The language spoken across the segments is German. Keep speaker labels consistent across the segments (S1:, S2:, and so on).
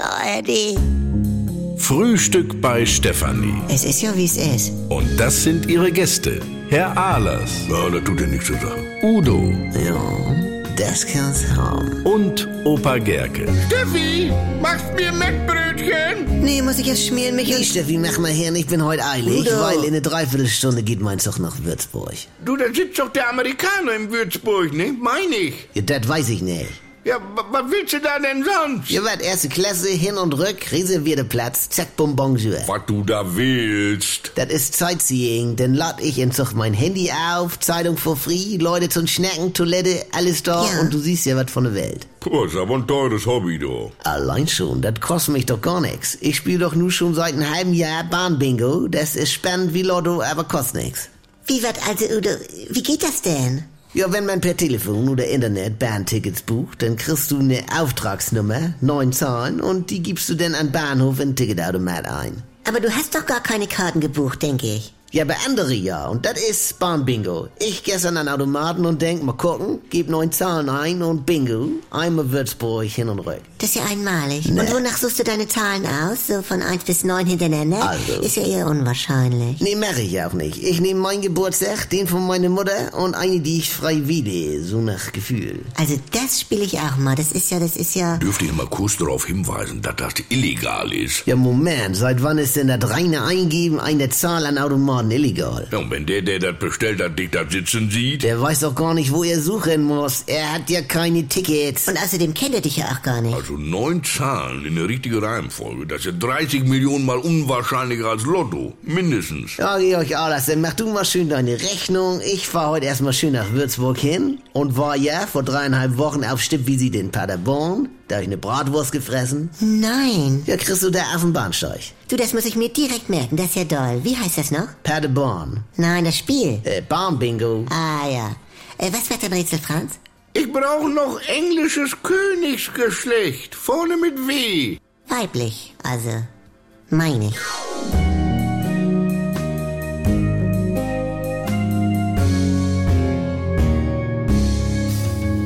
S1: ARD.
S2: Frühstück bei Stefanie.
S1: Es ist ja, wie es ist.
S2: Und das sind ihre Gäste. Herr Ahlers.
S3: Ja, das tut ja nichts zu sagen.
S2: Udo
S1: Ja, das kann's haben.
S2: und Opa Gerke.
S4: Steffi, machst mir Mettbrötchen?
S5: Nee, muss ich jetzt schmieren, Michael?
S6: Hey Steffi, mach mal her, ich bin heute eilig,
S5: Udo.
S6: weil in eine Dreiviertelstunde geht mein Zug nach Würzburg.
S4: Du, da sitzt doch der Amerikaner in Würzburg, ne? Mein ich.
S6: Ja, das weiß ich nicht.
S4: Ja, wa- was willst du da denn sonst?
S6: Ihr wart erste Klasse, hin und rück, reservierte Platz, zack, bum, bonjour.
S3: Was du da willst.
S6: Das ist Sightseeing, dann lad ich in Zug mein Handy auf, Zeitung for free, Leute zum Schnacken, Toilette, alles da
S1: Ja.
S6: und du siehst ja was von der Welt.
S3: Puh, ist aber ein teures Hobby, du.
S6: Allein schon, das kostet mich doch gar nix. Ich spiele doch nur schon seit einem halben Jahr Bahnbingo, das ist spannend wie Lotto, aber kostet nix.
S1: Wie wat, also Udo, wie geht das denn?
S6: Ja, wenn man per Telefon oder Internet Bahntickets bucht, dann kriegst du eine Auftragsnummer, neun Zahlen und die gibst du dann an Bahnhof in den Ticketautomat ein.
S1: Aber du hast doch gar keine Karten gebucht, denke ich.
S6: Ja, bei andere ja, und das ist Bahnbingo. Ich gestern an den Automaten und denk, mal gucken, geb neun Zahlen ein und Bingo, einmal Würzburg hin und rück.
S1: Das ist ja einmalig. Und wonach suchst du deine Zahlen aus? So von 1 bis 9 hintereinander?
S6: Also.
S1: Ist ja eher unwahrscheinlich.
S6: Nee, mache ich auch nicht. Ich nehme meinen Geburtstag, den von meiner Mutter und eine, die ich frei wähle, so nach Gefühl.
S1: Also das spiele ich auch mal. Das ist ja, das ist ja...
S3: Dürfte ich mal kurz darauf hinweisen, dass das illegal ist.
S6: Ja, Moment, seit wann ist denn das reine Eingeben einer Zahl an Automaten illegal?
S3: Ja, und wenn der, der das bestellt hat, dich da sitzen sieht,
S6: Der weiß doch gar nicht, wo er suchen muss. Er hat ja keine Tickets.
S1: Und außerdem kennt er dich ja auch gar nicht.
S3: also neun Zahlen in der richtigen Reihenfolge, das ist ja 30 Millionen mal unwahrscheinlicher als Lotto. Mindestens.
S6: Ja, Georg Ahlers, dann mach du mal schön deine Rechnung. Ich fahr heute erstmal schön nach Würzburg hin und war ja vor dreieinhalb Wochen auf Stippvisite in Paderborn. Da hab ich eine Bratwurst gefressen.
S1: Nein.
S6: Ja, kriegst du da auf dem Bahnsteig.
S1: Du, das muss ich mir direkt merken. Das ist ja doll. Wie heißt das noch?
S6: Paderborn.
S1: Nein, das Spiel.
S6: Äh, Bahnbingo.
S1: Ah ja. Äh, was wird der Brezel, Franz?
S4: Ich brauche noch englisches Königsgeschlecht. Vorne mit W.
S1: Weiblich, also. Meine ich.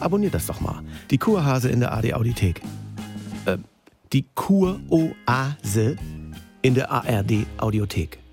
S7: Abonniert das doch mal. Die Kurhase in der AD Audiothek. Äh, die Kuroase in der ARD Audiothek.